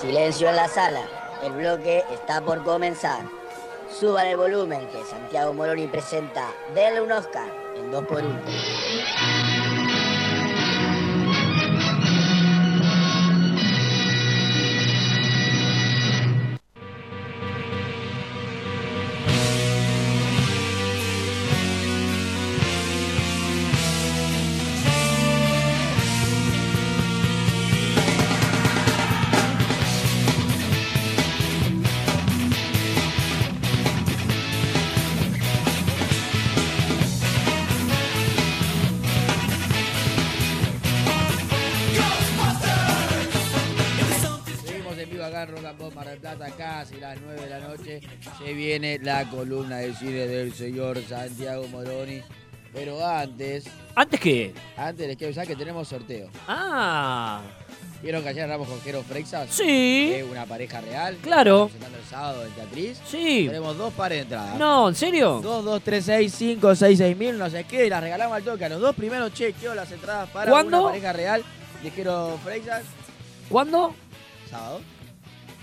Silencio en la sala. El bloque está por comenzar. Suban el volumen que Santiago Moroni presenta. Denle un Oscar en 2x1. Seguimos en vivo acá en Rock and Pop Mar del Plata, casi las 9 de la noche. Se viene la columna de cine del señor Santiago Moroni. Pero antes, ¿Antes qué? antes les quiero avisar que tenemos sorteo. Ah, ¿Vieron que ayer hablamos con Jero Freixas? sí, Que es una pareja real. Claro. Presentando el sábado en Teatriz. sí. Tenemos dos pares de entradas. No, ¿en serio? 2, 2, 3, 6, 5, 6, 6 mil, no sé qué, y las regalamos al toque. A los dos primeros chequeo las entradas para ¿Cuándo? una pareja real. Dijeron Freixas, ¿Cuándo? sábado,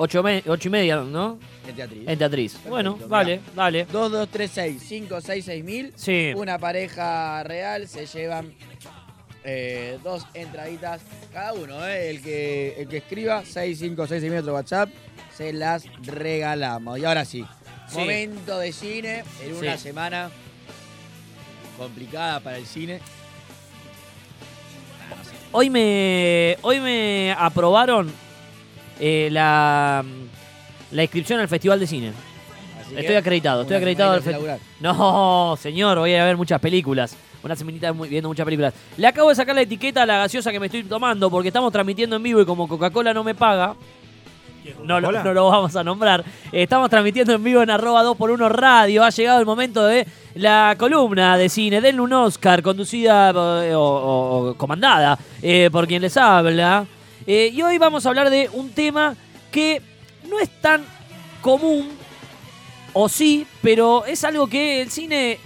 Ocho, me- ocho y media, ¿no? en Teatriz. En Teatriz. Perfecto, Bueno, mirá. vale, dale. 2, 2, 3, 6, 5, 6, 6 mil. Sí. Una pareja real se llevan eh, dos entraditas cada uno. eh. El, que, el que escriba 6, 5, 6, 6 mil otro WhatsApp, se las regalamos. Y ahora sí, Sí. momento de cine en una Sí. semana complicada para el cine. Hoy me, hoy me aprobaron eh, la, la inscripción al Festival de Cine. Así que Estoy acreditado, estoy una acreditado al semanita sin Festival. laburar. No, señor, voy a ir a ver muchas películas. Una semanita muy- viendo muchas películas. Le acabo de sacar la etiqueta a la gaseosa que me estoy tomando porque estamos transmitiendo en vivo y como Coca-Cola no me paga, no, lo- Hola. no lo vamos a nombrar. Eh, Estamos transmitiendo en vivo en arroba 2x1 radio. Ha llegado el momento de la columna de cine del un Oscar, conducida eh, o, o- o comandada eh, por quien les habla. Eh, y hoy vamos a hablar de un tema que no es tan común, o sí, pero es algo que el cine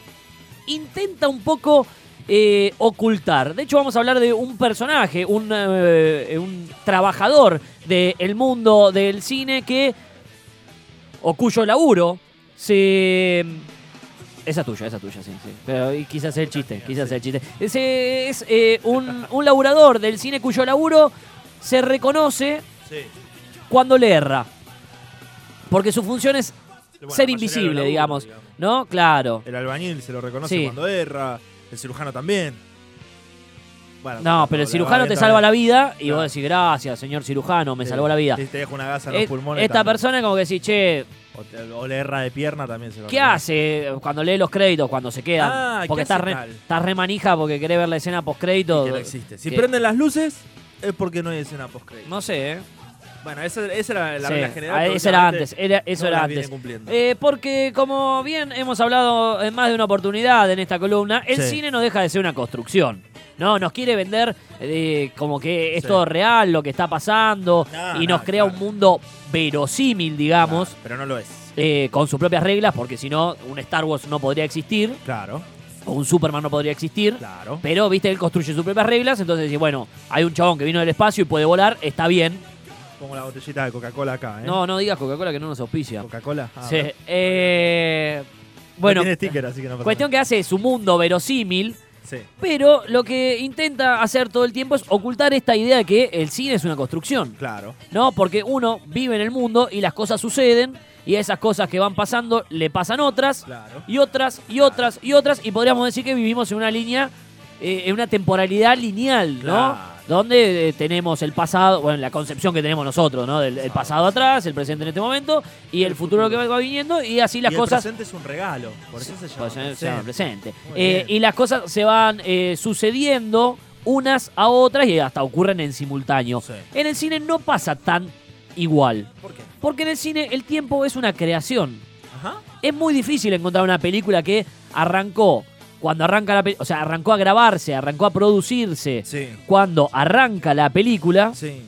intenta un poco eh, ocultar. De hecho, vamos a hablar de un personaje, un, eh, un trabajador del mundo del cine que. o cuyo laburo se. Esa es tuya, esa es tuya, sí, sí. Pero y quizás el chiste, quizás el chiste. Ese es eh, un, un laburador del cine cuyo laburo se reconoce Sí. cuando le erra. Porque su función es Bueno, ser la mayoría de los invisible, laburos, digamos. ¿No? Claro. El albañil se lo reconoce Sí. cuando erra, el cirujano también. Bueno, No, pero el la- cirujano la- te salva la vida y Claro. vos decís, gracias, señor cirujano, me Sí. salvó la vida. Sí, te deja una gasa en los Et- pulmones. Esta también. persona como que decís, che, O, te- o le erra de pierna también se lo ¿qué reconoce. hace cuando lee los créditos, cuando se Ah, queda? ¿qué Porque hace estás re, tal? estás re manija porque querés ver la escena post Que crédito. no existe. Si que- prenden las luces, es porque no hay escena post No sé, ¿eh? Bueno, esa, esa era la Sí. regla general. Ah, pero eso era últimamente antes, era- eso no era la vienen antes. cumpliendo. Eh, porque como bien hemos hablado en más de una oportunidad en esta columna, el Sí. cine no deja de ser una construcción. No, nos quiere vender eh, como que es Sí. todo real lo que está pasando No, y no, nos crea un claro. mundo verosímil, digamos, Claro, pero no lo es. eh, con sus propias reglas, porque si no, un Star Wars no podría existir, Claro, o un Superman no podría existir. claro. Pero, viste, él construye sus propias reglas, entonces dice, bueno, hay un chabón que vino del espacio y puede volar, está bien. Pongo la botellita de Coca-Cola acá, ¿eh? No, no digas Coca-Cola que no nos auspicia. Coca-Cola. Ah, Sí, bueno. eh, bueno, No tiene sticker, así que no pasa cuestión que hace su mundo verosímil, nada. Sí. pero lo que intenta hacer todo el tiempo es ocultar esta idea de que el cine es una construcción, Claro. ¿no? Porque uno vive en el mundo y las cosas suceden y a esas cosas que van pasando le pasan otras Claro. y otras y otras y otras y podríamos decir que vivimos en una línea, eh, en una temporalidad lineal, ¿no? Claro. Donde eh, tenemos el pasado, bueno, la concepción que tenemos nosotros, ¿no? Del el pasado atrás, el presente en este momento y el, El futuro, que futuro. va viniendo y así las y cosas El presente es un regalo. Por eso se llama. Pues, eh, se presente. llama presente. Muy Eh, bien. y las cosas se van eh, sucediendo unas a otras y hasta ocurren en simultáneo. Sí. En el cine no pasa tan igual. ¿Por qué? Porque en el cine el tiempo es una creación. Ajá. Es muy difícil encontrar una película que arrancó cuando arranca la película, o sea, arrancó a grabarse, arrancó a producirse Sí. cuando arranca la película Sí.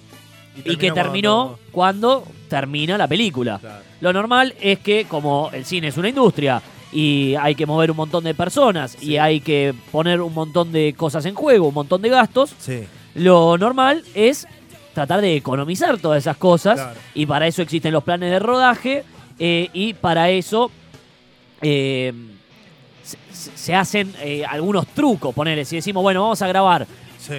y que terminó cuando termina la película. Claro. Lo normal es que, como el cine es una industria y hay que mover un montón de personas y Sí. hay que poner un montón de cosas en juego, un montón de gastos, Sí. lo normal es tratar de economizar todas esas cosas. Claro. Y para eso existen los planes de rodaje. eh, y para eso eh, se, se- se hacen eh, algunos trucos, ponele. Si decimos, bueno, vamos a grabar Sí,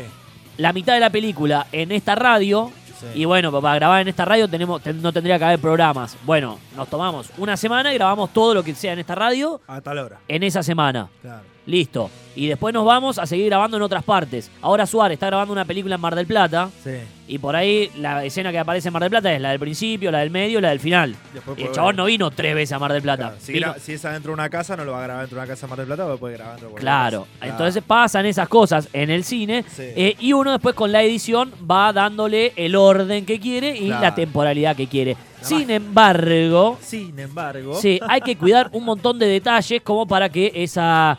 la mitad de la película en esta radio. sí. Y bueno, para grabar en esta radio tenemos, ten- no tendría que haber programas. Bueno, nos tomamos una semana y grabamos todo lo que sea en esta radio A tal hora. en esa semana. Claro. Listo. Y después nos vamos a seguir grabando en otras partes. Ahora Suárez está grabando una película en Mar del Plata. Sí. Y por ahí la escena que aparece en Mar del Plata es la del principio, la del medio, la del final. Después Y puede el chabón ver. no vino tres veces a Mar del Plata. Claro, Si, Vino- gra- si es adentro de una casa, no lo va a grabar dentro de una casa de Mar del Plata, lo puede grabar dentro de cualquier Claro, casa. entonces pasan esas cosas en el cine Sí. eh, y uno después con la edición va dándole el orden que quiere y Claro. la temporalidad que quiere. Nada Sin embargo, Sin embargo, sí, hay que cuidar un montón de detalles como para que esa,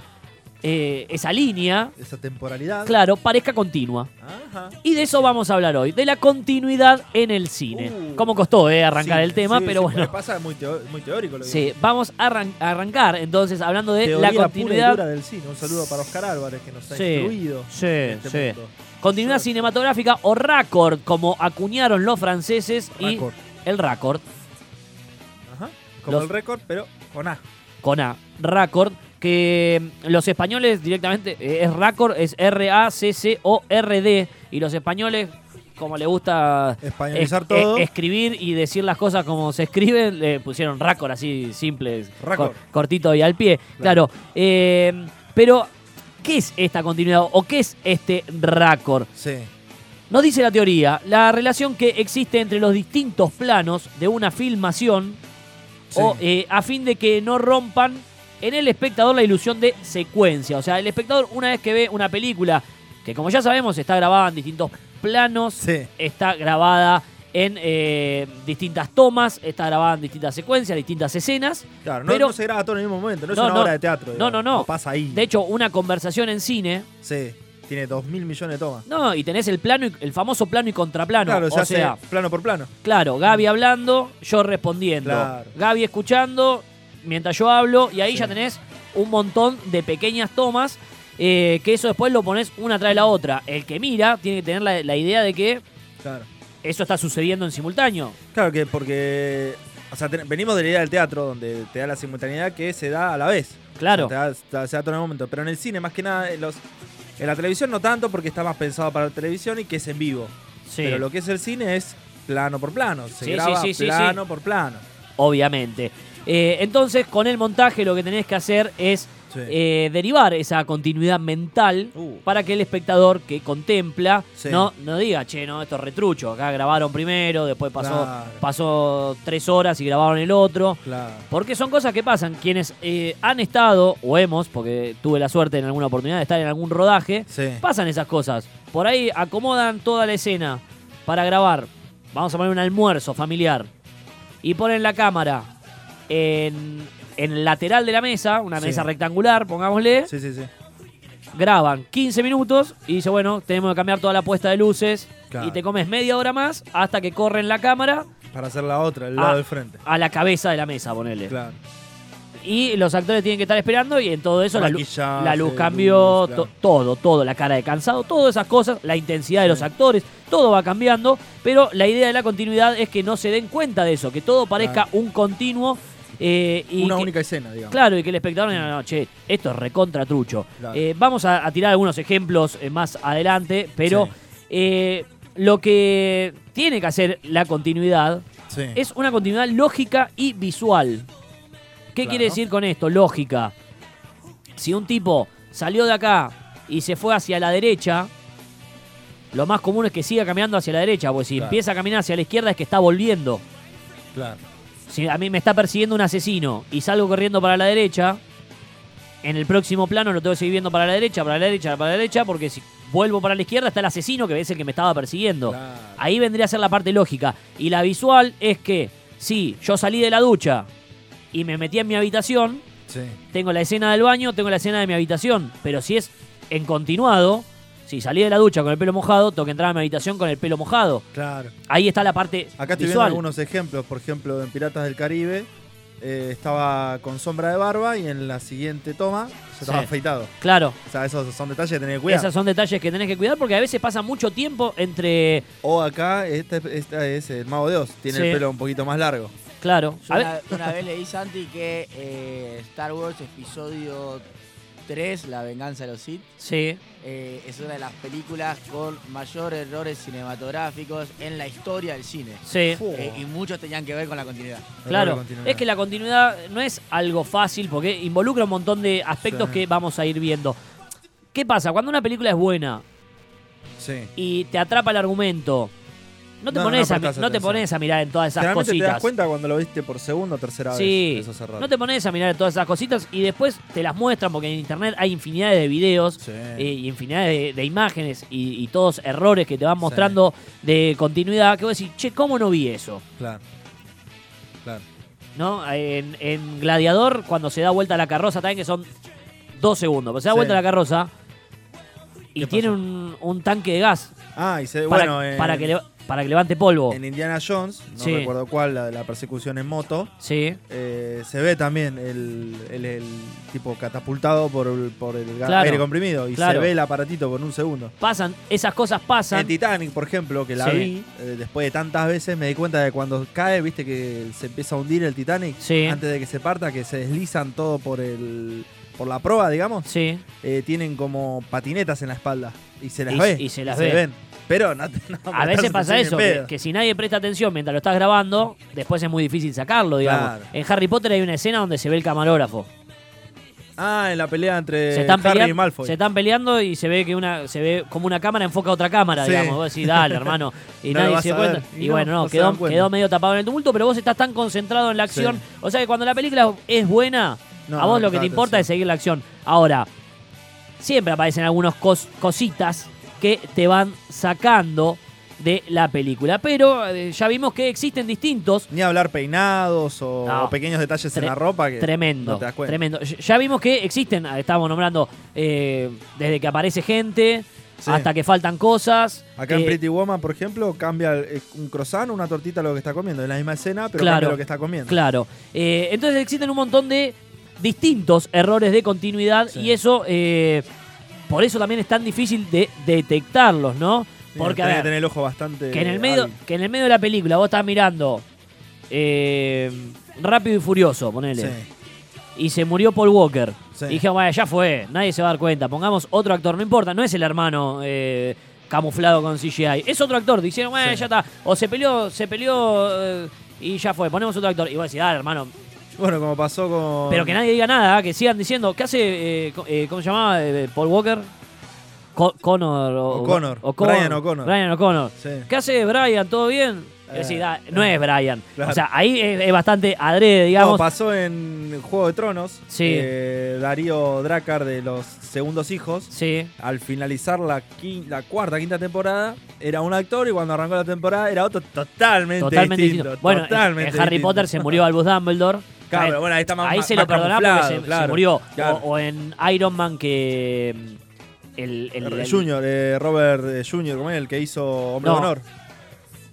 eh, esa línea, esa temporalidad. claro, parezca continua. Ajá. Y de eso vamos a hablar hoy, de la continuidad en el cine. Uh. Como costó eh, arrancar Sí, el tema, sí, pero sí, bueno. porque Pasa muy, teo- muy teórico lo que Sí, digo. vamos a arran- a arrancar entonces hablando de Teoría la pura y dura continuidad. del cine. Un saludo para Oscar Álvarez que nos ha Sí. instruido. Sí, en este sí. mundo. Continuidad Yo- cinematográfica o raccord, como acuñaron los franceses y Raccord. el raccord, Ajá. Como Los- el récord, pero con A. con A, raccord, que mm, los españoles directamente eh, es raccord, es R-A-C-C-O-R-D, y los españoles, como le gusta Españolizar es- todo. e- escribir y decir las cosas como se escriben, le pusieron raccord así simples, Raccord. cortito y al pie, claro. Claro. Eh, pero, ¿qué es esta continuidad o qué es este raccord? Sí. Nos dice la teoría, la relación que existe entre los distintos planos de una filmación Sí. o, eh, a fin de que no rompan en el espectador la ilusión de secuencia. O sea, el espectador una vez que ve una película que como ya sabemos está grabada en distintos planos, Sí. está grabada en eh, distintas tomas, está grabada en distintas secuencias, distintas escenas. Claro, no, Pero- no se graba todo en el mismo momento, no es No, una no. obra de teatro. digamos. no, no. Pasa ahí. De hecho, una conversación en cine, Sí, tiene dos mil millones de tomas. no, y tenés el plano, y- el famoso plano y contraplano. claro, se o hace sea, plano por plano. Claro, Gaby hablando, yo respondiendo. Mm. Claro. Gaby escuchando, mientras yo hablo, y ahí Sí. ya tenés un montón de pequeñas tomas, eh, que eso después lo pones una tras la otra. El que mira tiene que tener la, la idea de que Claro. eso está sucediendo en simultáneo. Claro que porque. O sea, ten- venimos de la idea del teatro, donde te da la simultaneidad que se da a la vez. Claro. O sea, te da- te- se da todo en el momento. Pero en el cine, más que nada, en, los, en la televisión no tanto, porque está más pensado para la televisión y que es en vivo. Sí, Pero lo que es el cine es plano por plano. Se Sí, sí, graba sí, sí, plano por plano. obviamente. Eh, entonces, con el montaje lo que tenés que hacer es Sí. eh, derivar esa continuidad mental Uh. para que el espectador que contempla Sí. no, no diga, che, no, esto es retrucho. Acá grabaron primero, después pasó, Claro. pasó tres horas y grabaron el otro. Claro. Porque son cosas que pasan. Quienes eh, han estado, o hemos, porque tuve la suerte en alguna oportunidad de estar en algún rodaje, Sí. pasan esas cosas. Por ahí acomodan toda la escena para grabar. Vamos a poner un almuerzo familiar. Y ponen la cámara en, en el lateral de la mesa, una Sí. mesa rectangular, pongámosle Sí, sí, sí. graban 15 minutos y dice, bueno, tenemos que cambiar toda la puesta de luces Claro. y te comes media hora más hasta que corren la cámara Para hacer la otra, el Ah. lado del frente. a la cabeza de la mesa, ponele. Claro. Y los actores tienen que estar esperando y en todo eso la, lu- Maquillaje, la luz luz, cambió, claro. to- todo, todo, la cara de cansado, todas esas cosas, la intensidad de los Sí. actores, todo va cambiando, pero la idea de la continuidad es que no se den cuenta de eso, que todo parezca Claro. un continuo. eh, y Una que- única escena, digamos. Claro, y que el espectador diga, no, che, esto es recontra trucho. Claro. Eh, vamos a, a tirar algunos ejemplos eh, más adelante, pero Sí. eh, lo que tiene que hacer la continuidad Sí. es una continuidad lógica y visual. ¿Qué Claro. quiere decir con esto? Lógica. Si un tipo salió de acá y se fue hacia la derecha, lo más común es que siga caminando hacia la derecha, porque si Claro. empieza a caminar hacia la izquierda es que está volviendo. Claro. Si a mí me está persiguiendo un asesino y salgo corriendo para la derecha, en el próximo plano lo tengo que seguir viendo para la derecha, para la derecha, para la derecha, porque si vuelvo para la izquierda está el asesino que es el que me estaba persiguiendo. Claro. Ahí vendría a ser la parte lógica. Y la visual es que, si yo salí de la ducha y me metí en mi habitación, Sí. tengo la escena del baño, tengo la escena de mi habitación. Pero si es en continuado, si salí de la ducha con el pelo mojado, tengo que entrar a mi habitación con el pelo mojado. Claro. Ahí está la parte Acá estoy viendo visual. algunos ejemplos, por ejemplo, en Piratas del Caribe, eh, estaba con sombra de barba y en la siguiente toma ya estaba Sí. afeitado. Claro, O sea, esos son detalles que tenés que cuidar. esos son detalles que tenés que cuidar porque a veces pasa mucho tiempo entre. O acá, esta es el mago de Oz. Tiene Sí. el pelo un poquito más largo. Claro. Yo A una, ver, una vez leí, Santi, que eh, Star Wars episodio 3, La venganza de los Sith, sí. eh, es una de las películas con mayor errores cinematográficos en la historia del cine. Sí. Fu, Eh, y muchos tenían que ver con la continuidad. Claro, Error de continuidad. es que la continuidad no es algo fácil porque involucra un montón de aspectos Sí. que vamos a ir viendo. ¿Qué pasa? Cuando una película es buena Sí. y te atrapa el argumento, no te, No, no pones, a, mi- prestás no te atención. pones a mirar en todas esas Generalmente te das cositas. cuenta cuando lo viste por segunda o tercera Sí. vez. Esos errores. No te pones a mirar en todas esas cositas y después te las muestran porque en internet hay infinidad de videos Sí. eh, y infinidad de, de imágenes y, y todos errores que te van mostrando de continuidad que vos decís, che, ¿cómo no vi eso? Claro. Claro. ¿no? En, en Gladiador, cuando se da vuelta la carroza, también que son dos segundos, pero se da Sí. vuelta la carroza y ¿Qué tiene pasa? un, un tanque de gas Ah, y se para, bueno, en, para, que, le- para que levante polvo. en Indiana Jones, no Sí. recuerdo cuál, la de la persecución en moto, Sí, eh, se ve también el, el- el tipo catapultado por el, por el ga- Claro. aire comprimido y Claro. se ve el aparatito por un segundo. pasan, esas cosas En pasan. Titanic, por ejemplo, que la Sí. vi, eh, después de tantas veces me di cuenta de cuando cae, viste que se empieza a hundir el Titanic Sí. antes de que se parta, que se deslizan todo por el por la proa, digamos. Sí, eh, tienen como patinetas en la espalda y se las Y- ve. y se las ve. ven. Pero no, te- no a prestás veces pasa eso, atención ni en que, pedo. que si nadie presta atención mientras lo estás grabando, después es muy difícil sacarlo, digamos. Claro. En Harry Potter hay una escena donde se ve el camarógrafo. Ah, en la pelea entre se están, Harry peleando, y Malfoy. se están peleando y se ve que una se ve como una cámara enfoca a otra cámara, Sí. digamos. Vos decís, dale, hermano. Y No lo nadie vas se a cuenta. ver. Y, Y no, bueno, no, no se quedó, dan cuenta. quedó medio tapado en el tumulto, pero vos estás tan concentrado en la acción. Sí. O sea que cuando la película es buena, No, a vos no lo que te prestás importa es atención. seguir la acción. Ahora, siempre aparecen algunos cos- cositas que te van sacando de la película. Pero eh, ya vimos que existen distintos Ni hablar peinados o, No. o pequeños detalles Tre- en la ropa que Tremendo, no te das cuenta. tremendo. Ya- Ya vimos que existen, ah, estábamos nombrando, eh, desde que aparece gente Sí. hasta que faltan cosas. Acá eh, en Pretty Woman, por ejemplo, cambia eh, un croissant, una tortita lo que está comiendo. Es la misma escena, pero Claro. cambia lo que está comiendo. Claro. Eh, entonces existen un montón de distintos errores de continuidad Sí. y eso, eh, por eso también es tan difícil de detectarlos, ¿no? Sí, Porque, a tenés que ver, tener el ojo bastante. que en el medio, hábil. que en el medio de la película vos estás mirando eh, Rápido y Furioso, ponele. Sí. y se murió Paul Walker. Sí. Y dije, vaya, ya fue, nadie se va a dar cuenta. Pongamos otro actor, no importa, no es el hermano eh, camuflado con CGI, es otro actor. Dijeron, bueno, Sí. ya está. O se peleó, se peleó eh, y ya fue, ponemos otro actor. Y vos decís, ah, hermano, Bueno, como pasó con. pero que nadie diga nada, que sigan diciendo, ¿qué hace, eh, co- eh, cómo se llamaba eh, Paul Walker? Co- Connor. o- O'Connor. o- Brian O'Connor. Brian O'Connor. Sí. ¿Qué hace Brian? ¿Todo bien? Y vos decís, "Ah, no es Brian. Eh, Claro. O sea, ahí es, es bastante adrede, Como digamos. pasó en Juego de Tronos. Sí. eh, Darío Dracar de los segundos hijos. sí, al finalizar la, quin- la cuarta, quinta temporada, era un actor y cuando arrancó la temporada era otro totalmente, totalmente distinto. distinto. Bueno, en- totalmente en Harry distinto. Potter se murió Albus Dumbledore. Claro, Ahí- pero bueno, ahí está más- ahí más- se lo más perdonamos porque se, camuflado, se claro, murió. claro. O, o en Iron Man que... mm, El, el- El el- Junior, eh, Robert eh, Junior, como es el que hizo Hombre No. de Honor.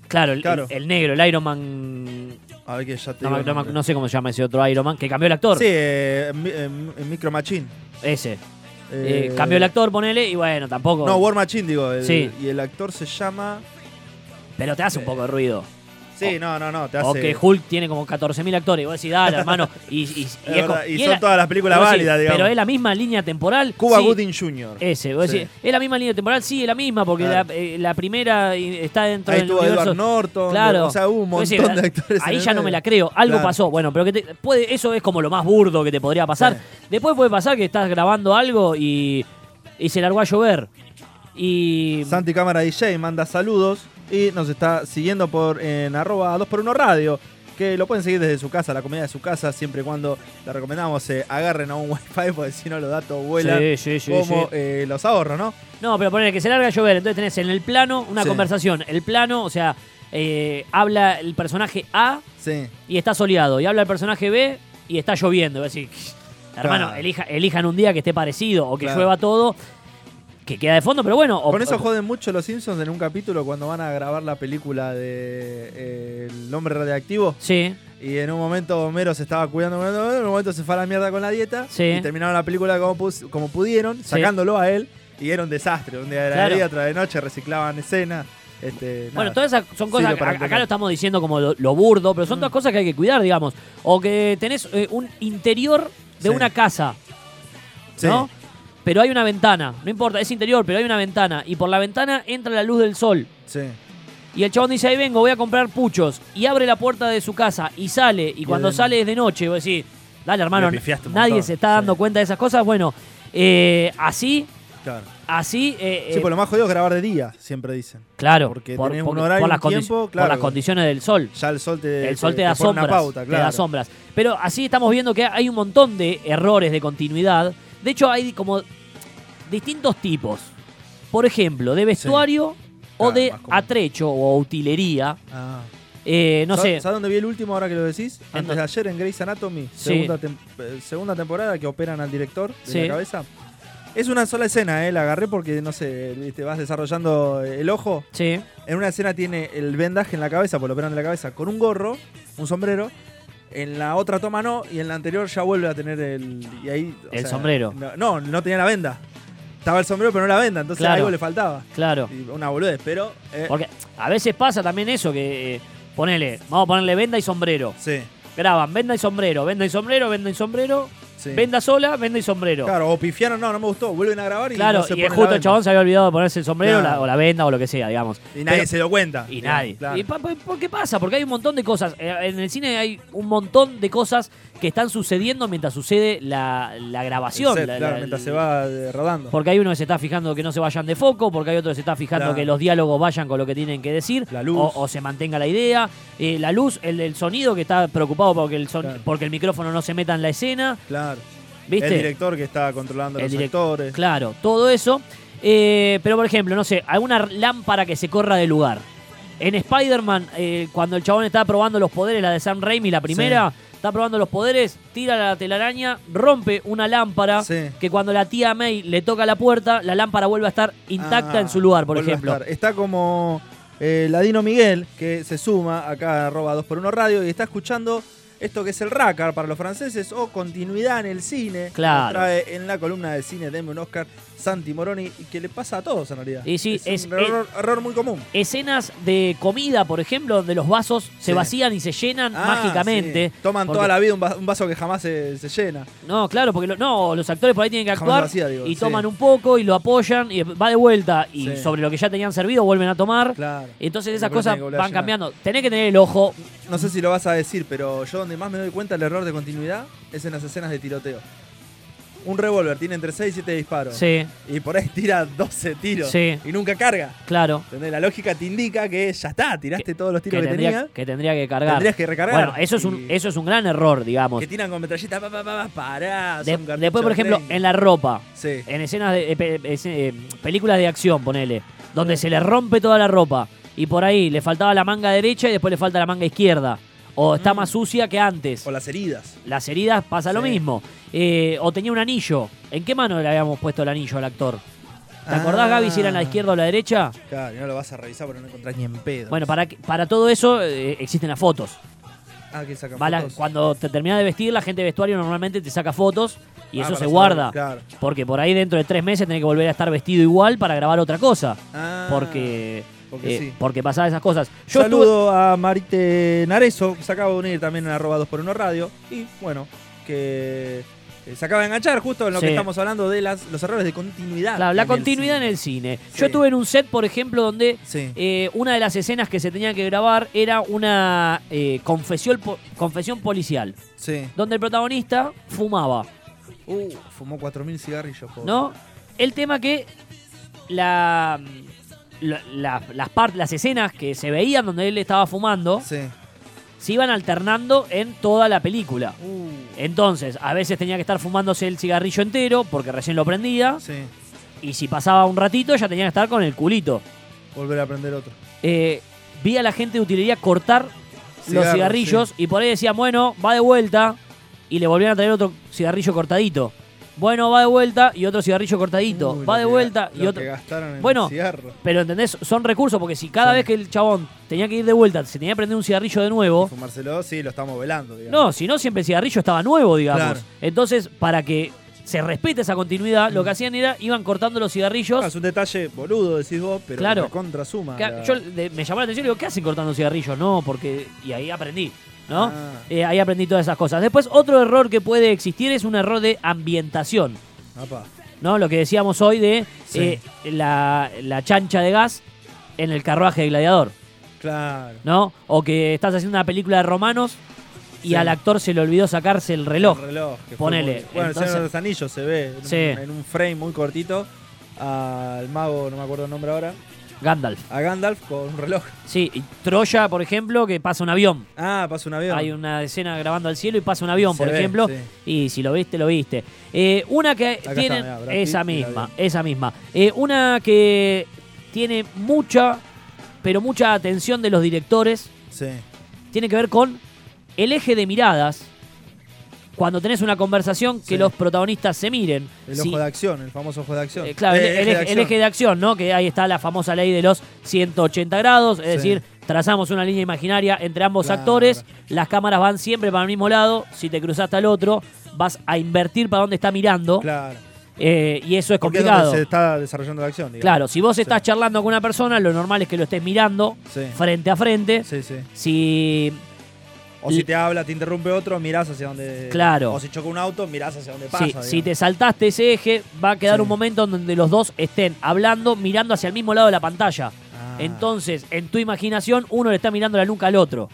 Claro, el, Claro. el negro, el Iron Man... A ver que ya te No, digo me- el no me- nombre. no sé cómo se llama ese otro Iron Man, que cambió el actor. Sí, eh, mi- eh, mi- Micro Machine. Ese. Eh, Eh, cambió el actor, ponele, y bueno, tampoco. No, War Machine, digo. el- Sí. Y el actor se llama... pero te hace un poco de ruido. Sí, no, no, no, te hace... O que Hulk tiene como 14.000 actores. Y vos decís, dale, hermano. Y, y- y es Es verdad, como- y y son es la- todas las películas vos decís, válidas, digamos. Pero es la misma línea temporal. Cuba sí, eh, Gooding Jr. Ese, vos Sí. decís, ¿es la misma línea temporal? Sí, es la misma, porque Claro. la, eh, la primera eh, está dentro Ahí del estuvo universo. Edward Norton. Claro. O sea, hubo un Vos decís, ah, montón de actores. en Ahí el ya no me medio. la creo, algo Claro. pasó. Bueno, pero que te- puede, eso es como lo más burdo que te podría pasar. Sí. Después puede pasar que estás grabando algo y, y se largó a llover. Y Santi Cámara DJ manda saludos y nos está siguiendo por en arroba 2x1 radio. Que lo pueden seguir desde su casa, la comida de su casa, siempre y cuando le recomendamos eh, agarren a un wifi porque si no los datos vuelan Sí, sí, sí, como sí. eh, los ahorros, ¿no? No, pero ponele que se larga a llover, entonces tenés en el plano una Sí. conversación. El plano, o sea, eh, habla el personaje A Sí. y está soleado. Y habla el personaje B y está lloviendo. Es decir, hermano, Claro. elija- elijan un día que esté parecido o que Claro. llueva todo. que queda de fondo, pero bueno. o- Con eso o- joden mucho los Simpsons en un capítulo cuando van a grabar la película de eh, El hombre radioactivo. Sí, Y en un momento Homero se estaba cuidando, cuidando, cuidando, en un momento se fue a la mierda con la dieta. Sí. Y terminaron la película como, pus- como pudieron, sacándolo a él. Y era un desastre. Un día era Claro. de día, otro de noche, reciclaban escenas. Este, Bueno, nada. todas esas son cosas, Sirve para Mm. acá- acá empezar. lo estamos diciendo como lo, lo burdo, pero son todas cosas que hay que cuidar, digamos. O que tenés eh, un interior de Sí. una casa, Sí. ¿no? Pero hay una ventana, no importa, es interior, pero hay una ventana. Y por la ventana entra la luz del sol. Sí. Y el chabón dice, ahí vengo, voy a comprar puchos. Y abre la puerta de su casa y sale. Y cuando el- sale es de noche, vos decís, dale hermano, Lo pifiaste un nadie montón, se está dando sí. cuenta de esas cosas. Bueno, eh, así, Claro. así... eh, sí, eh, por lo más jodido es grabar de día, siempre dicen. claro, porque tenés un horario, las un tiempo, condici- por claro. las condiciones del sol. Ya el sol te, El sol te da pone sombras. una pauta, Te claro. da sombras. Pero así estamos viendo que hay un montón de errores de continuidad. De hecho, hay como distintos tipos. Por ejemplo, de vestuario o Claro, de más común. atrecho o utilería. Ah. Eh, no sé. ¿Sabes dónde vi el último ahora que lo decís? ¿En Antes dónde? de ayer en Grey's Anatomy, Sí. segunda, tem- eh, segunda temporada que operan al director de Sí. la cabeza. Es una sola escena, eh, la agarré porque, no sé, viste, vas desarrollando el ojo. Sí, En una escena tiene el vendaje en la cabeza, por lo operan de la cabeza, con un gorro, un sombrero. En la otra toma no, y en la anterior ya vuelve a tener el. y ahí, o El sombrero. No, no, no tenía la venda. Estaba el sombrero, pero no la venda, entonces Claro. algo le faltaba. claro. Y una boludez, pero. eh, Porque a veces pasa también eso que. eh, ponele, vamos a ponerle venda y sombrero. sí, Graban venda y sombrero, venda y sombrero, venda y sombrero, sí. venda sola, venda y sombrero. Claro, Claro, o pifiaron, no, no me gustó, vuelven a grabar y no se y ponen la justo el venda. chabón se había olvidado de ponerse el sombrero Claro. la- o la venda o lo que sea, digamos. Y nadie Pero- se dio cuenta. Y Digamos, nadie. claro. Y pa- pa- ¿Por qué pasa? Porque hay un montón de cosas. Eh, En el cine hay un montón de cosas que están sucediendo mientras sucede la, la El grabación. set, la- claro, la- mientras se va eh, rodando. Porque hay uno que se está fijando que no se vayan de foco, porque hay otro que se está fijando Claro. que los diálogos vayan con lo que tienen que decir, La luz. O, o se mantenga la idea, Eh, la luz, el, el sonido que está preocupado porque el, son- Claro. porque el micrófono no se meta en la escena, Claro. ¿viste? El director que está controlando El los direc- actores. Ah, Claro, todo eso. Eh, pero por ejemplo, no sé, alguna lámpara que se corra de lugar. En Spider-Man, eh, cuando el chabón está probando los poderes, la de Sam Raimi, la primera, está probando los poderes, tira la telaraña, rompe una lámpara. Sí. Que cuando la tía May le toca la puerta, la lámpara vuelve a estar intacta Ah, en su lugar, por vuelve a ejemplo. estar. Está como eh, Ladino Miguel, que se suma acá a Roba 2x1 Radio y está escuchando esto que es el Racar para los franceses o continuidad en el cine. Claro. Nos trae en la columna de cine Deme un Oscar Santi Moroni y que le pasa a todos en realidad. Y sí, es, un es- error, error muy común. Escenas de comida, por ejemplo, donde los vasos se Sí. vacían y se llenan Ah, mágicamente. sí. Toman Porque- toda la vida un, va- un vaso que jamás se, se llena. No, claro, porque lo- no, los actores por ahí tienen que Jamás actuar lo hacía, digo, y sí. toman un poco y lo apoyan y va de vuelta y Sí. sobre lo que ya tenían servido vuelven a tomar. Claro. Entonces Y esas después cosas tienen que volver a van llenar. cambiando. Tenés que tener el ojo. No sé si lo vas a decir, pero yo donde más me doy cuenta el error de continuidad es en las escenas de tiroteo. Un revólver tiene entre 6 y 7 disparos. Sí, Y por ahí tira 12 tiros. Sí. Y nunca carga. claro. ¿Entendés? La lógica te indica que ya está, tiraste todos los tiros que, tendría, tenías. que tendría que cargar. Tendrías que recargar. Bueno, eso es, un, Y- eso es un gran error, digamos. Que tiran con metralleta, pa, pa, pa, pa, pará. De- son después, por cartuchos ejemplo, 30. en la ropa, Sí. en escenas de eh, pe- eh, eh, películas de acción, ponele, donde se le rompe toda la ropa y por ahí le faltaba la manga derecha y después le falta la manga izquierda. O está Mm. más sucia que antes. O las heridas. Las heridas pasa lo Sí. mismo. Eh, o tenía un anillo. ¿En qué mano le habíamos puesto el anillo al actor? ¿Te acordás, Ah. Gaby, si era en la izquierda o la derecha? Claro, y no lo vas a revisar porque no encontrás ni en pedo. Bueno, para, que- para todo eso eh, existen las fotos. Ah, que sacan Va la- fotos. cuando te terminas de vestir, la gente de vestuario normalmente te saca fotos y eso Ah, para se saber, guarda. claro. Porque por ahí dentro de tres meses tenés que volver a estar vestido igual para grabar otra cosa. Ah. porque eh, porque sí. porque pasaban esas cosas. Yo estuve- Saludo a Marite Narezo, que se acaba de unir también en arroba 2x1 radio. Y bueno, que eh, se acaba de enganchar justo en lo Sí. que estamos hablando de las, los errores de continuidad. la, la en el continuidad cine. en el cine. Yo Sí. estuve en un set, por ejemplo, donde Sí. Eh, una de las escenas que se tenía que grabar era una eh, confesión, po- confesión policial, sí. donde el protagonista fumaba, Uh, fumó 4.000 cigarrillos. pobre. ¿no? El tema que la, mm, la- la- las, par- las escenas que se veían donde él estaba fumando Sí. se iban alternando en toda la película. Uh, Entonces, a veces tenía que estar fumándose el cigarrillo entero porque recién lo prendía sí. y si pasaba un ratito ya tenía que estar con el culito. Volver a prender otro. Eh, vi a la gente de utilería cortar los Cigarros, cigarrillos y por ahí decían, bueno, va de vuelta y le volvían a traer otro cigarrillo cortadito. Bueno, va de vuelta y otro cigarrillo cortadito. Uy, va lo de que- vuelta lo y otro. que gastaron en Bueno, cigarro. Pero entendés, son recursos, porque si cada vez que el chabón tenía que ir de vuelta, se tenía que prender un cigarrillo de nuevo. Fumárselo, sí, lo estamos velando. digamos. No, si no, siempre el cigarrillo estaba nuevo, digamos. Claro. Entonces, para que se respete esa continuidad, Mm. lo que hacían era, iban cortando los cigarrillos. Ah, es un detalle boludo, decís vos, pero Claro. contra suma. Ca- Yo de- me llamó la atención y digo, ¿qué hacen cortando cigarrillos? No, porque. Y ahí aprendí, ¿no? Ah. Eh, ahí aprendí todas esas cosas. Después, otro error que puede existir es un error de ambientación, ¿no? Lo que decíamos hoy de Sí. eh, la, la chancha de gas en el carruaje de gladiador, Claro. ¿no? O que estás haciendo una película de romanos y Sí. al actor se le olvidó sacarse el reloj. El reloj. que fue Ponele, muy- Bueno, el entonces- Señor de los Anillos se ve en, Sí. un, en un frame muy cortito al mago, no me acuerdo el nombre ahora, Gandalf. a Gandalf con un reloj. Sí, y Troya, por ejemplo, que pasa un avión. Ah, pasa un avión. Hay una escena grabando al cielo y pasa un avión, Se por ve, ejemplo. sí. Y si lo viste, lo viste. Eh, una que está, tiene. mirá, Brad Pitt esa y el misma, avión. esa misma. Eh, una que tiene mucha, pero mucha atención de los directores. Sí. Tiene que ver con el eje de miradas. Cuando tenés una conversación, que Sí. los protagonistas se miren. El Si- ojo de acción, el famoso ojo de acción. eh, claro, Eh, el, el eje, el eje de acción, ¿no? Que ahí está la famosa ley de los 180 grados, es Sí. decir, trazamos una línea imaginaria entre ambos Claro. actores, las cámaras van siempre para el mismo lado, si te cruzaste al otro, vas a invertir para donde está mirando, Claro. eh, y eso es Porque es donde complicado. se está desarrollando la acción, digamos. Claro, si vos estás Sí. charlando con una persona, lo normal es que lo estés mirando Sí. frente a frente. Sí, sí. Si O L- si te habla, te interrumpe otro, mirás hacia donde. Claro. O si choca un auto, mirás hacia donde Sí, pasa. si te digamos. saltaste ese eje, va a quedar Sí. un momento en donde los dos estén hablando, mirando hacia el mismo lado de la pantalla. Ah, Entonces, en tu imaginación, uno le está mirando la nuca al otro,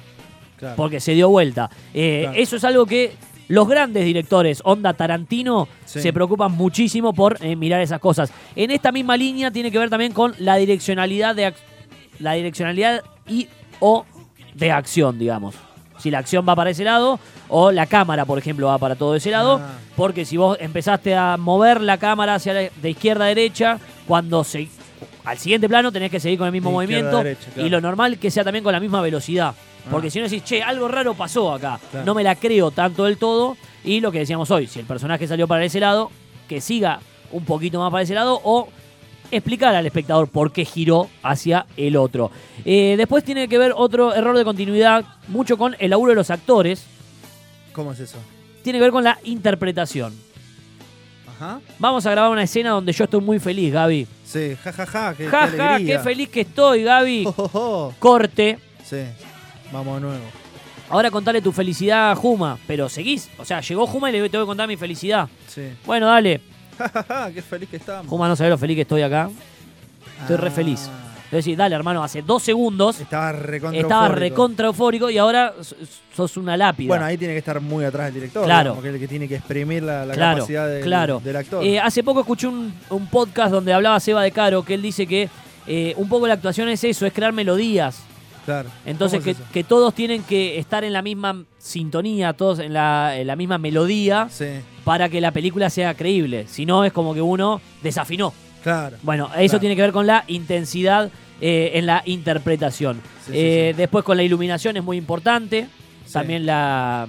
claro. porque se dio vuelta. Eh, Claro. Eso es algo que los grandes directores, Onda Tarantino, Sí. se preocupan muchísimo por eh, mirar esas cosas. En esta misma línea tiene que ver también con la direccionalidad de ac- la direccionalidad y o de acción, digamos. Si la acción va para ese lado, o la cámara, por ejemplo, va para todo ese lado. Ah. Porque si vos empezaste a mover la cámara hacia la- de izquierda a derecha, cuando se, al siguiente plano tenés que seguir con el mismo De movimiento. izquierda a derecha, claro. Y lo normal que sea también con la misma velocidad. Porque Ah. si no decís, che, algo raro pasó acá. Claro. No me la creo tanto del todo. Y lo que decíamos hoy, si el personaje salió para ese lado, que siga un poquito más para ese lado o explicar al espectador por qué giró hacia el otro. Eh, después tiene que ver otro error de continuidad, mucho con el laburo de los actores. ¿Cómo es eso? Tiene que ver con la interpretación. Ajá. Vamos a grabar una escena donde yo estoy muy feliz, Gaby. Sí, jajaja, ja, ja, qué, Ja, qué ja, alegría. Oh, qué feliz que estoy, Gaby. Jo, jo, jo. Corte. Sí, vamos de nuevo. Ahora contale tu felicidad a Juma. Pero seguís. O sea, llegó Juma y le tengo que contar mi felicidad. Sí. Bueno, dale. Ja, ja, ja, qué feliz que estamos. Juma no sabe lo feliz que estoy acá. Estoy re Ah, feliz. Entonces, dale, hermano, hace dos segundos Estaba recontra. estaba eufórico. recontra eufórico y ahora s- sos una lápida. Bueno, ahí tiene que estar muy atrás el director. Claro. Como que es el que tiene que exprimir la, la claro, capacidad del, claro. del actor. Eh, hace poco escuché un, un podcast donde hablaba Seba de Caro que él dice que eh, un poco la actuación es eso, es crear melodías. claro. Entonces, ¿Cómo que, es eso? que todos tienen que estar en la misma sintonía, todos en la, en la misma melodía Sí, para que la película sea creíble. Si no, es como que uno desafinó. claro. Bueno, eso Claro. tiene que ver con la intensidad eh, en la interpretación. Sí, sí, Eh, sí. Después con la iluminación es muy importante. Sí. También la,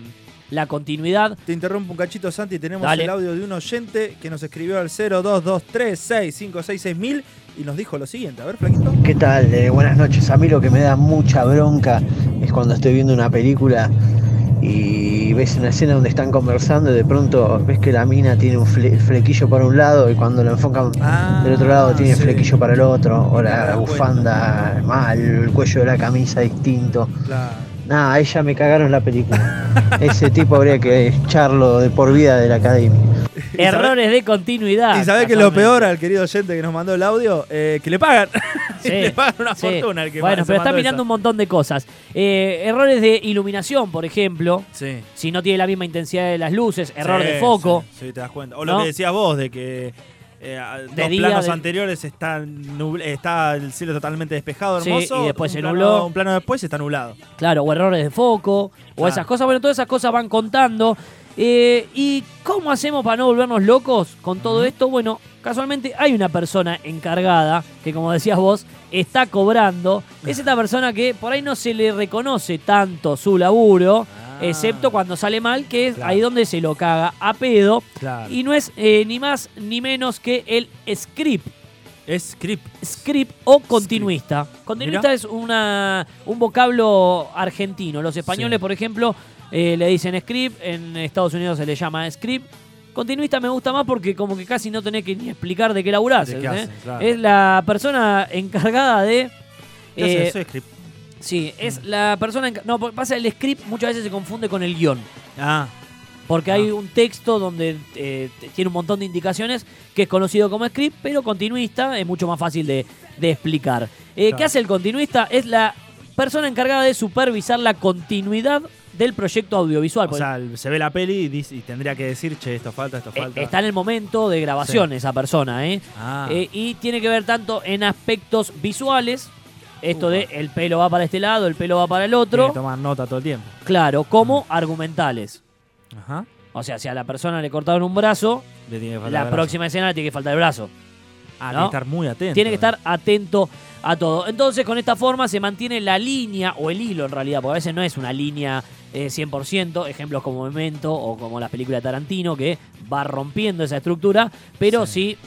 la continuidad. Te interrumpo un cachito, Santi. Tenemos Dale. el audio de un oyente que nos escribió al 02236566000 y nos dijo lo siguiente. A ver, Flaquito. ¿Qué tal? Eh, buenas noches. A mí lo que me da mucha bronca es cuando estoy viendo una película y ves una escena donde están conversando y de pronto ves que la mina tiene un fle- flequillo para un lado y cuando lo enfocan Ah, del otro lado tiene sí. flequillo para el otro o Te la das cuenta. bufanda mal, el cuello de la camisa distinto. Claro. Nada, ahí ya me cagaron la película. Ese tipo habría que echarlo de por vida de la academia. ¿Y sabés- Errores de continuidad. y sabés que lo casualmente. peor al querido oyente que nos mandó el audio, eh, que le pagan. Sí, le pagan una sí. fortuna al que Bueno, se pero está mandó mirando un esa. montón de cosas. Eh, errores de iluminación, por ejemplo. Sí. Si no tiene la misma intensidad de las luces, error Sí, de foco. Sí, sí, te das cuenta. O ¿No? lo que decías vos, de que eh, a- dos día, planos de- anteriores está, nubl- está el cielo totalmente despejado, Sí, hermoso. y después un se plano- nubló. Un plano después está nublado. Claro, o errores de foco, o Claro. esas cosas. Bueno, todas esas cosas van contando. Eh, ¿Y cómo hacemos para no volvernos locos con todo esto? Bueno, casualmente hay una persona encargada que, como decías vos, está Ah. cobrando. Es esta persona que por ahí no se le reconoce tanto su laburo. Ah, excepto cuando sale mal, que es Ah. Claro. ahí donde se lo caga a pedo. Claro. Y no es eh, ni más ni menos que el script. Es script. Script o continuista. Continuista Mirá. es una, un vocablo argentino. Los españoles, Sí. por ejemplo, eh, le dicen script. En Estados Unidos se le llama script. Continuista me gusta más porque como que casi no tenés que ni explicar de qué laburás. De qué ¿entendés? hacen, claro. ¿eh? Es la persona encargada de... ¿Qué haces? eh, Soy script. Sí, es la persona... enca- No, porque pasa el script muchas veces se confunde con el guión. Ah, Porque hay Ah. un texto donde eh, t- tiene un montón de indicaciones que es conocido como script, pero continuista es mucho más fácil de, de explicar. Eh, Claro. ¿Qué hace el continuista? Es la persona encargada de supervisar la continuidad del proyecto audiovisual. o porque sea, el- se ve la peli y, dice- y tendría que decir, che, esto falta, esto e- falta. está en el momento de grabación esa persona, ¿eh? Ah, Eh, y tiene que ver tanto en aspectos visuales, esto Uh, de ah. el pelo va para este lado, el pelo va para el tiene otro, que tomar nota todo el tiempo. claro, como Ah. argumentales. Ajá. O sea, si a la persona le cortaron un brazo, Le tiene que faltar la brazo. próxima escena le tiene que faltar el brazo. Ah, ¿no? tiene que estar muy atento. Tiene que estar atento a todo. Entonces, con esta forma se mantiene la línea o el hilo en realidad, porque a veces no es una línea eh, 100%, ejemplos como Memento o como las películas de Tarantino, que va rompiendo esa estructura, pero sí,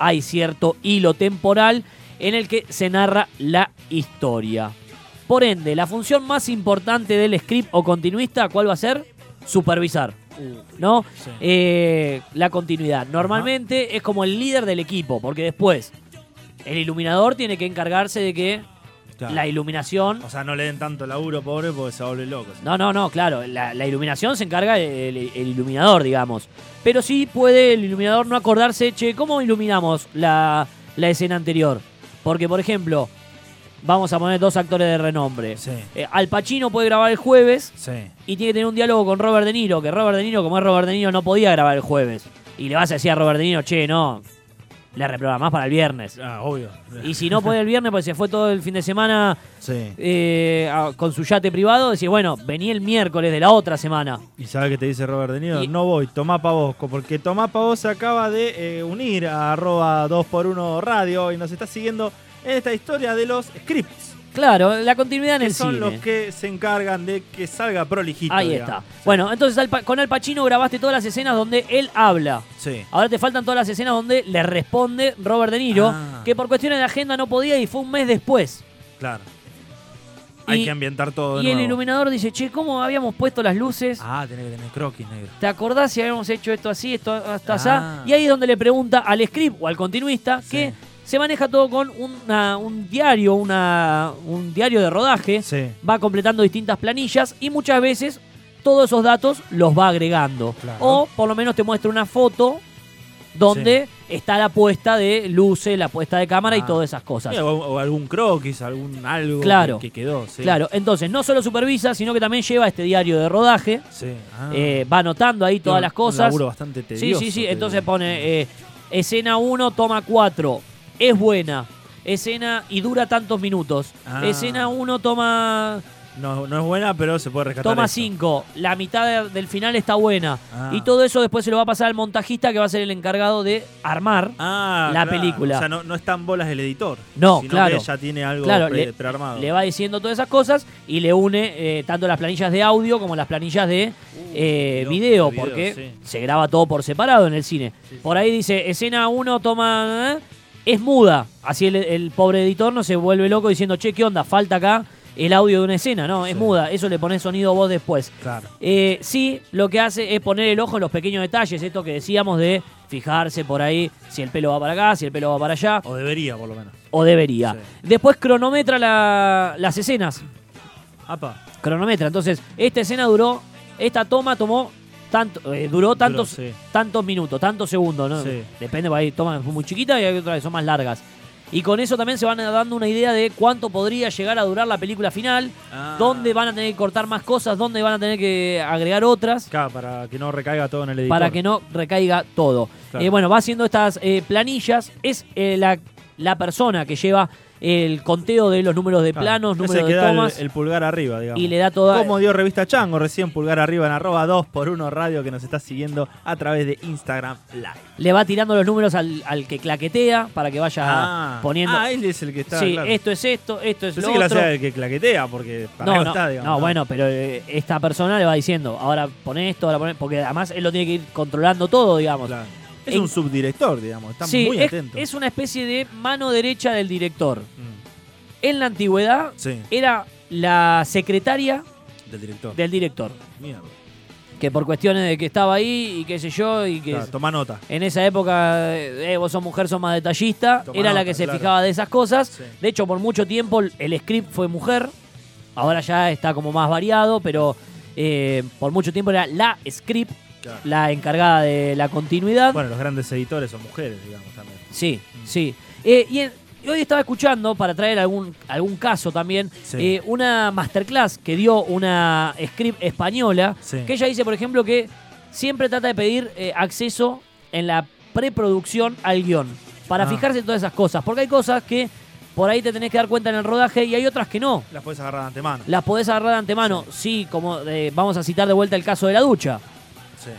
hay cierto hilo temporal en el que se narra la historia. Por ende, la función más importante del script o continuista, ¿cuál va a ser? Supervisar, ¿no? Sí. Eh, la continuidad. Normalmente es como el líder del equipo, porque después el iluminador tiene que encargarse de que Claro. la iluminación. O sea, no le den tanto laburo, pobre, porque se vuelve loco. No, no, no, claro. La, la iluminación se encarga el, el iluminador, digamos. Pero sí puede el iluminador no acordarse, che, ¿cómo iluminamos la, la escena anterior? Porque, por ejemplo, vamos a poner dos actores de renombre. Sí. Eh, Al Pacino puede grabar el jueves Sí. y tiene que tener un diálogo con Robert De Niro, que Robert De Niro, como es Robert De Niro, no podía grabar el jueves. Y le vas a decir a Robert De Niro, che, no, le reprogramás para el viernes. Ah, obvio. Y si no puede el viernes, pues se fue todo el fin de semana Sí. eh, a- con su yate privado, decís, bueno, vení el miércoles de la otra semana. ¿Y sabe qué te dice Robert De Niro? Y- No voy, tomá pa' vos, co- porque tomá pa' vos se acaba de eh, unir a arroba 2x1 radio y nos está siguiendo en esta historia de los scripts, Claro, la continuidad en que el son cine. los que se encargan de que salga prolijito. Ahí está. digamos. Bueno, entonces Al Pa- con Al Pacino grabaste todas las escenas donde él habla. Sí. Ahora te faltan todas las escenas donde le responde Robert De Niro, Ah. que por cuestiones de agenda no podía y fue un mes después. Claro. Hay Y- que ambientar todo de Y el nuevo. iluminador dice, che, ¿cómo habíamos puesto las luces? Ah, tiene que tener croquis, negro. ¿Te acordás si habíamos hecho esto así, esto hasta Ah. allá? Y ahí es donde le pregunta al script o al continuista que se maneja todo con una- un diario, una, un diario de rodaje. Sí, Va completando distintas planillas y muchas veces todos esos datos los va agregando. Claro. O por lo menos te muestra una foto donde está la puesta de luces, la puesta de cámara y Ah. todas esas cosas. Sí, o, o algún croquis, algún algo Claro. que, que quedó. Sí. Claro, entonces no solo supervisa, sino que también lleva este diario de rodaje. Sí. Ah. Eh, va anotando ahí todas Un- las Un cosas. laburo bastante Sí, tedioso. sí, sí. te Entonces digo. pone eh, escena 1, toma 4. Es buena. Escena y dura tantos minutos. Ah. Escena 1, toma, No, no es buena, pero se puede rescatar. toma eso. 5. La mitad de- del final está buena. Ah. Y todo eso después se lo va a pasar al montajista que va a ser el encargado de armar. Ah, la claro. película. O sea, no, no están bolas el editor. No, sino claro. Que ya tiene algo Claro, pre- le- prearmado. Le va diciendo todas esas cosas y le une eh, tanto las planillas de audio como las planillas de eh, loco, video, de Uh, video, porque sí. se graba todo por separado en el cine. Por ahí dice, escena 1 toma... ¿eh? Es muda. Así el, el pobre editor no se vuelve loco diciendo, che, ¿qué onda? Falta acá el audio de una escena. No, es Sí. muda. Eso le pones sonido vos después. Claro. Eh, sí, lo que hace es poner el ojo en los pequeños detalles, esto que decíamos de fijarse por ahí si el pelo va para acá, si el pelo va para allá O debería, por lo menos. o debería. Sí. Después cronometra la- las escenas. Apa. Cronometra. Entonces, esta escena duró, esta toma tomó tanto, eh, duró tantos, sí. tantos minutos, tantos segundos, ¿no? Sí. Depende, porque hay tomas muy chiquitas y hay otras que son más largas. Y con eso también se van dando una idea de cuánto podría llegar a durar la película final, Ah. dónde van a tener que cortar más cosas, dónde van a tener que agregar otras Acá, para que no recaiga todo en el editor. para que no recaiga todo. Claro. Eh, bueno, va haciendo estas eh, planillas. Es eh, la la persona que lleva el conteo de los números de Claro, planos, ese números que de da el- tomas El, pulgar arriba, digamos. y le da toda Como dio revista Chango recién, pulgar arriba en arroba 2 por 1 radio que nos está siguiendo a través de Instagram Live. le va tirando los números al, al que claquetea para que vaya poniendo ah, él es el que está. sí, claro. esto es esto, esto es Yo lo sé que lo otro. hace el que claquetea, porque para No, algo no, está, digamos. no, bueno, pero eh, esta persona le va diciendo, ahora pone esto, ahora pone, porque además él lo tiene que ir controlando todo, digamos. Claro. Es En- un subdirector, digamos. Está eh, sí, muy es, atento. es una especie de mano derecha del director. Mm, En la antigüedad Sí, era la secretaria del director. del director, Mierda. que por cuestiones de que estaba ahí y qué sé yo, y que Claro, toma nota. en esa época eh, eh, vos sos mujer, sos más detallista, Toma era la nota, que se claro. fijaba de esas cosas. Sí. De hecho, por mucho tiempo el script fue mujer. Ahora ya está como más variado, pero eh, por mucho tiempo era la script, Claro. la encargada de la continuidad. Bueno, los grandes editores son mujeres, digamos, también. Sí, sí. Eh, y, en- y hoy estaba escuchando, para traer algún, algún caso también, Sí. eh, una masterclass que dio una script española, Sí. que ella dice, por ejemplo, que siempre trata de pedir eh, acceso en la preproducción al guión, para Ah. fijarse en todas esas cosas, porque hay cosas que por ahí te tenés que dar cuenta en el rodaje y hay otras que no. Las puedes agarrar de antemano. Las podés agarrar de antemano, sí, como eh, vamos a citar de vuelta el caso de la ducha. Sí.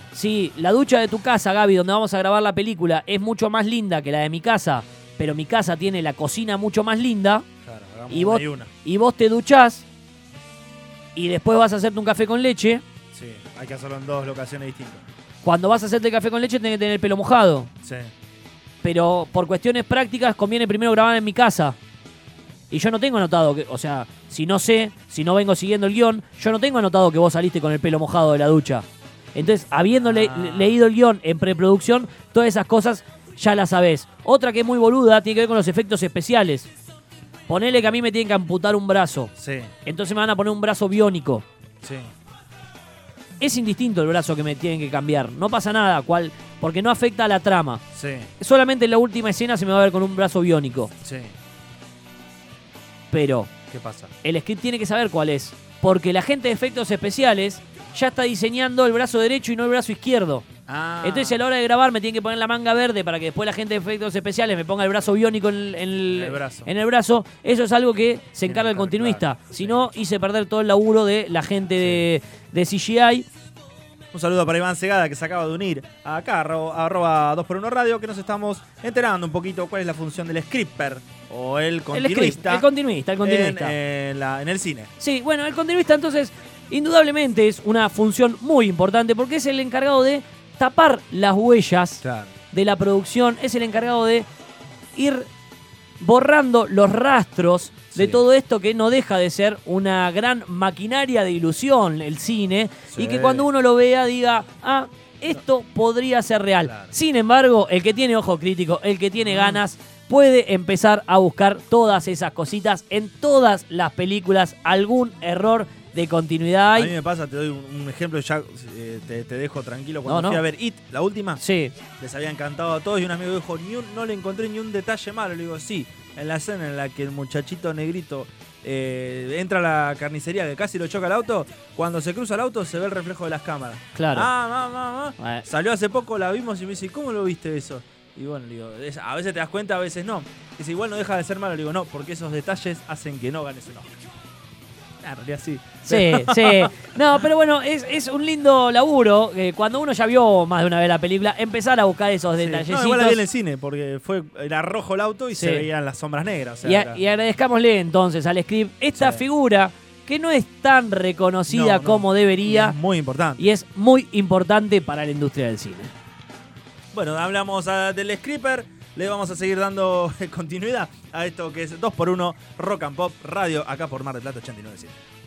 Si la ducha de tu casa, Gaby, donde vamos a grabar la película, es mucho más linda que la de mi casa, pero mi casa tiene la cocina mucho más linda, Claro, hagamos Y una vos- y una. y vos te duchás y después vas a hacerte un café con leche, Sí, hay que hacerlo en dos locaciones distintas. cuando vas a hacerte el café con leche tenés que tener el pelo mojado. Sí. Pero por cuestiones prácticas conviene primero grabar en mi casa. Y yo no tengo anotado que, o sea, si no sé, si no vengo siguiendo el guión, yo no tengo anotado que vos saliste con el pelo mojado de la ducha. Entonces, habiendo le- Ah. le- leído el guión en preproducción, todas esas cosas ya las sabés. Otra que es muy boluda tiene que ver con los efectos especiales. Ponele que a mí me tienen que amputar un brazo. Sí, Entonces me van a poner un brazo biónico. sí. Es indistinto el brazo que me tienen que cambiar. No pasa nada, cual, porque no afecta a la trama. Sí, Solamente en la última escena se me va a ver con un brazo biónico. sí. Pero ¿Qué pasa? el script tiene que saber cuál es. Porque la gente de efectos especiales ya está diseñando el brazo derecho y no el brazo izquierdo. Ah. Entonces a la hora de grabar me tienen que poner la manga verde para que después la gente de efectos especiales me ponga el brazo biónico en el, en el- En el brazo. en el brazo. Eso es algo que se que encarga el estar continuista. claro, Si sí. no, hice perder todo el laburo de la gente de, de CGI. Un saludo para Iván Segada que se acaba de unir a acá, arro- arroba 2x1 Radio, que nos estamos enterando un poquito cuál es la función del scripper o el El script, continuista. el continuista, el continuista. En, eh, la- en el cine. Sí, bueno, el continuista entonces indudablemente es una función muy importante porque es el encargado de tapar las huellas Claro. de la producción, es el encargado de ir borrando los rastros de Sí. todo esto que no deja de ser una gran maquinaria de ilusión, el cine, Sí. y que cuando uno lo vea diga, ah, esto podría ser real. Claro. Mm. Sin embargo, el que tiene ojo crítico, el que tiene ganas, puede empezar a buscar todas esas cositas en todas las películas, algún error de continuidad. A hay. mí me pasa, te doy un, un ejemplo, ya eh, te, te dejo tranquilo. Cuando No, fui no. a ver It, la última, Sí, les había encantado a todos y un amigo dijo, ni un- no le encontré ni un detalle malo. Le digo, sí, en la escena en la que el muchachito negrito eh, entra a la carnicería que casi lo choca el auto, cuando se cruza el auto se ve el reflejo de las cámaras. claro. Ah, mamá, mamá. Eh. Salió hace poco, la vimos y me dice, "¿Y ¿cómo lo viste eso? Y bueno, le digo, es- a veces te das cuenta, a veces no. Dice, igual no deja de ser malo. Le digo, no, porque esos detalles hacen que no ganes un Oscar. Ah, En realidad sí. Sí, sí. No, pero bueno, es, es un lindo laburo. eh, cuando uno ya vio más de una vez la película, empezar a buscar esos Sí. detallecitos. No, igual la vi en el cine, porque fue, era rojo el auto y Sí. se veían las sombras negras. o sea, y, a- era- y agradezcámosle entonces al script esta Sí. figura que no es tan reconocida No, no. como debería es muy importante. y es muy importante para la industria del cine. Bueno, hablamos ah, del Scripper. Le vamos a seguir dando continuidad a esto que es 2x1 Rock and Pop Radio, acá por Mar del Plata 897.